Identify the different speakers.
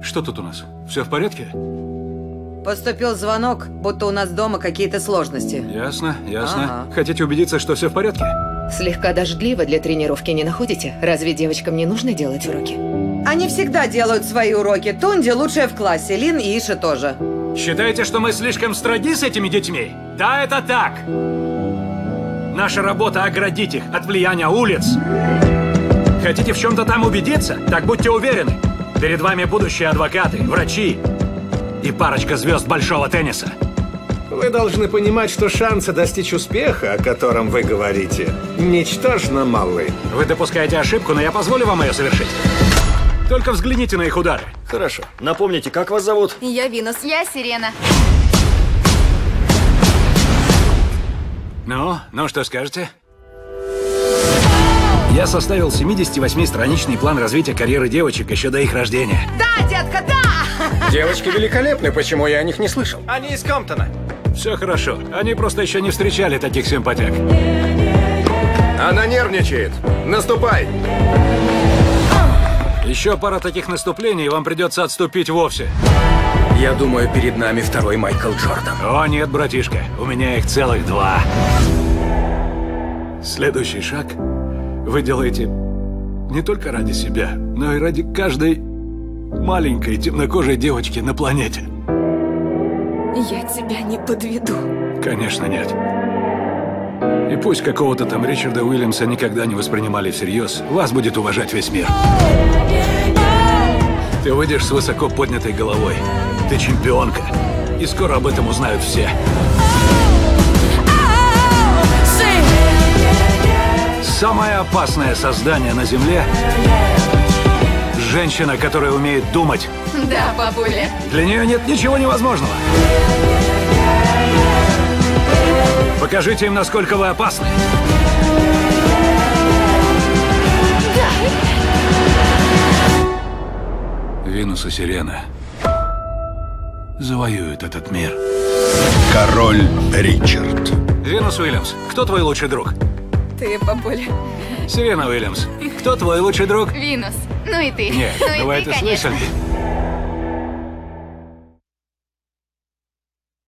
Speaker 1: Что тут у нас? Все в порядке?
Speaker 2: Поступил звонок, будто у нас дома какие-то сложности.
Speaker 1: Ясно, ясно.
Speaker 2: Ага.
Speaker 1: Хотите убедиться, что все в порядке?
Speaker 3: Слегка дождливо для тренировки не находите? Разве девочкам не нужно делать уроки?
Speaker 2: Они всегда делают свои уроки. Тунди лучшая в классе, Лин и Иша тоже.
Speaker 1: Считаете, что мы слишком строги с этими детьми? Да, это так! Наша работа оградить их от влияния улиц. Хотите в чем-то там убедиться? Так будьте уверены. Перед вами будущие адвокаты, врачи и парочка звезд большого тенниса.
Speaker 4: Вы должны понимать, что шансы достичь успеха, о котором вы говорите, ничтожно малы.
Speaker 1: Вы допускаете ошибку, но я позволю вам ее совершить. Только взгляните на их удары.
Speaker 5: Хорошо. Напомните, как вас зовут?
Speaker 6: Я Винус. Я Сирена.
Speaker 1: Ну, ну что скажете? Я составил 78-страничный план развития карьеры девочек еще до их рождения.
Speaker 6: Да, А, детка, да!
Speaker 7: Девочки великолепны, почему я о них не слышал?
Speaker 5: Они из Камптона.
Speaker 1: Все хорошо. Они просто еще не встречали таких симпатяк.
Speaker 7: Она нервничает. Наступай!
Speaker 1: Еще пара таких наступлений, и вам придется отступить вовсе.
Speaker 7: Я думаю, перед нами второй Майкл Джордан.
Speaker 1: О нет, братишка, у меня их целых два. Следующий шаг вы делаете не только ради себя, но и ради каждой маленькой темнокожей девочки на планете.
Speaker 8: Я тебя не подведу.
Speaker 1: Конечно, нет. И пусть какого-то там Ричарда Уильямса никогда не воспринимали всерьез, вас будет уважать весь мир. Ты выйдешь с высоко поднятой головой. Ты чемпионка. И скоро об этом узнают все. Самое опасное создание на Земле – женщина, которая умеет думать.
Speaker 6: Да, бабуля.
Speaker 1: Для нее нет ничего невозможного. Покажите им, насколько вы опасны. Винус и Сирена завоюют этот мир.
Speaker 9: Король Ричард.
Speaker 1: Винус Уильямс, кто твой лучший друг?
Speaker 8: Ты, бабуля.
Speaker 1: Сирена Уильямс, кто твой лучший друг?
Speaker 6: Винус. Ну и ты.
Speaker 1: Нет,
Speaker 6: ну и
Speaker 1: давай
Speaker 6: ты,
Speaker 1: ты
Speaker 6: конечно.
Speaker 1: слышали.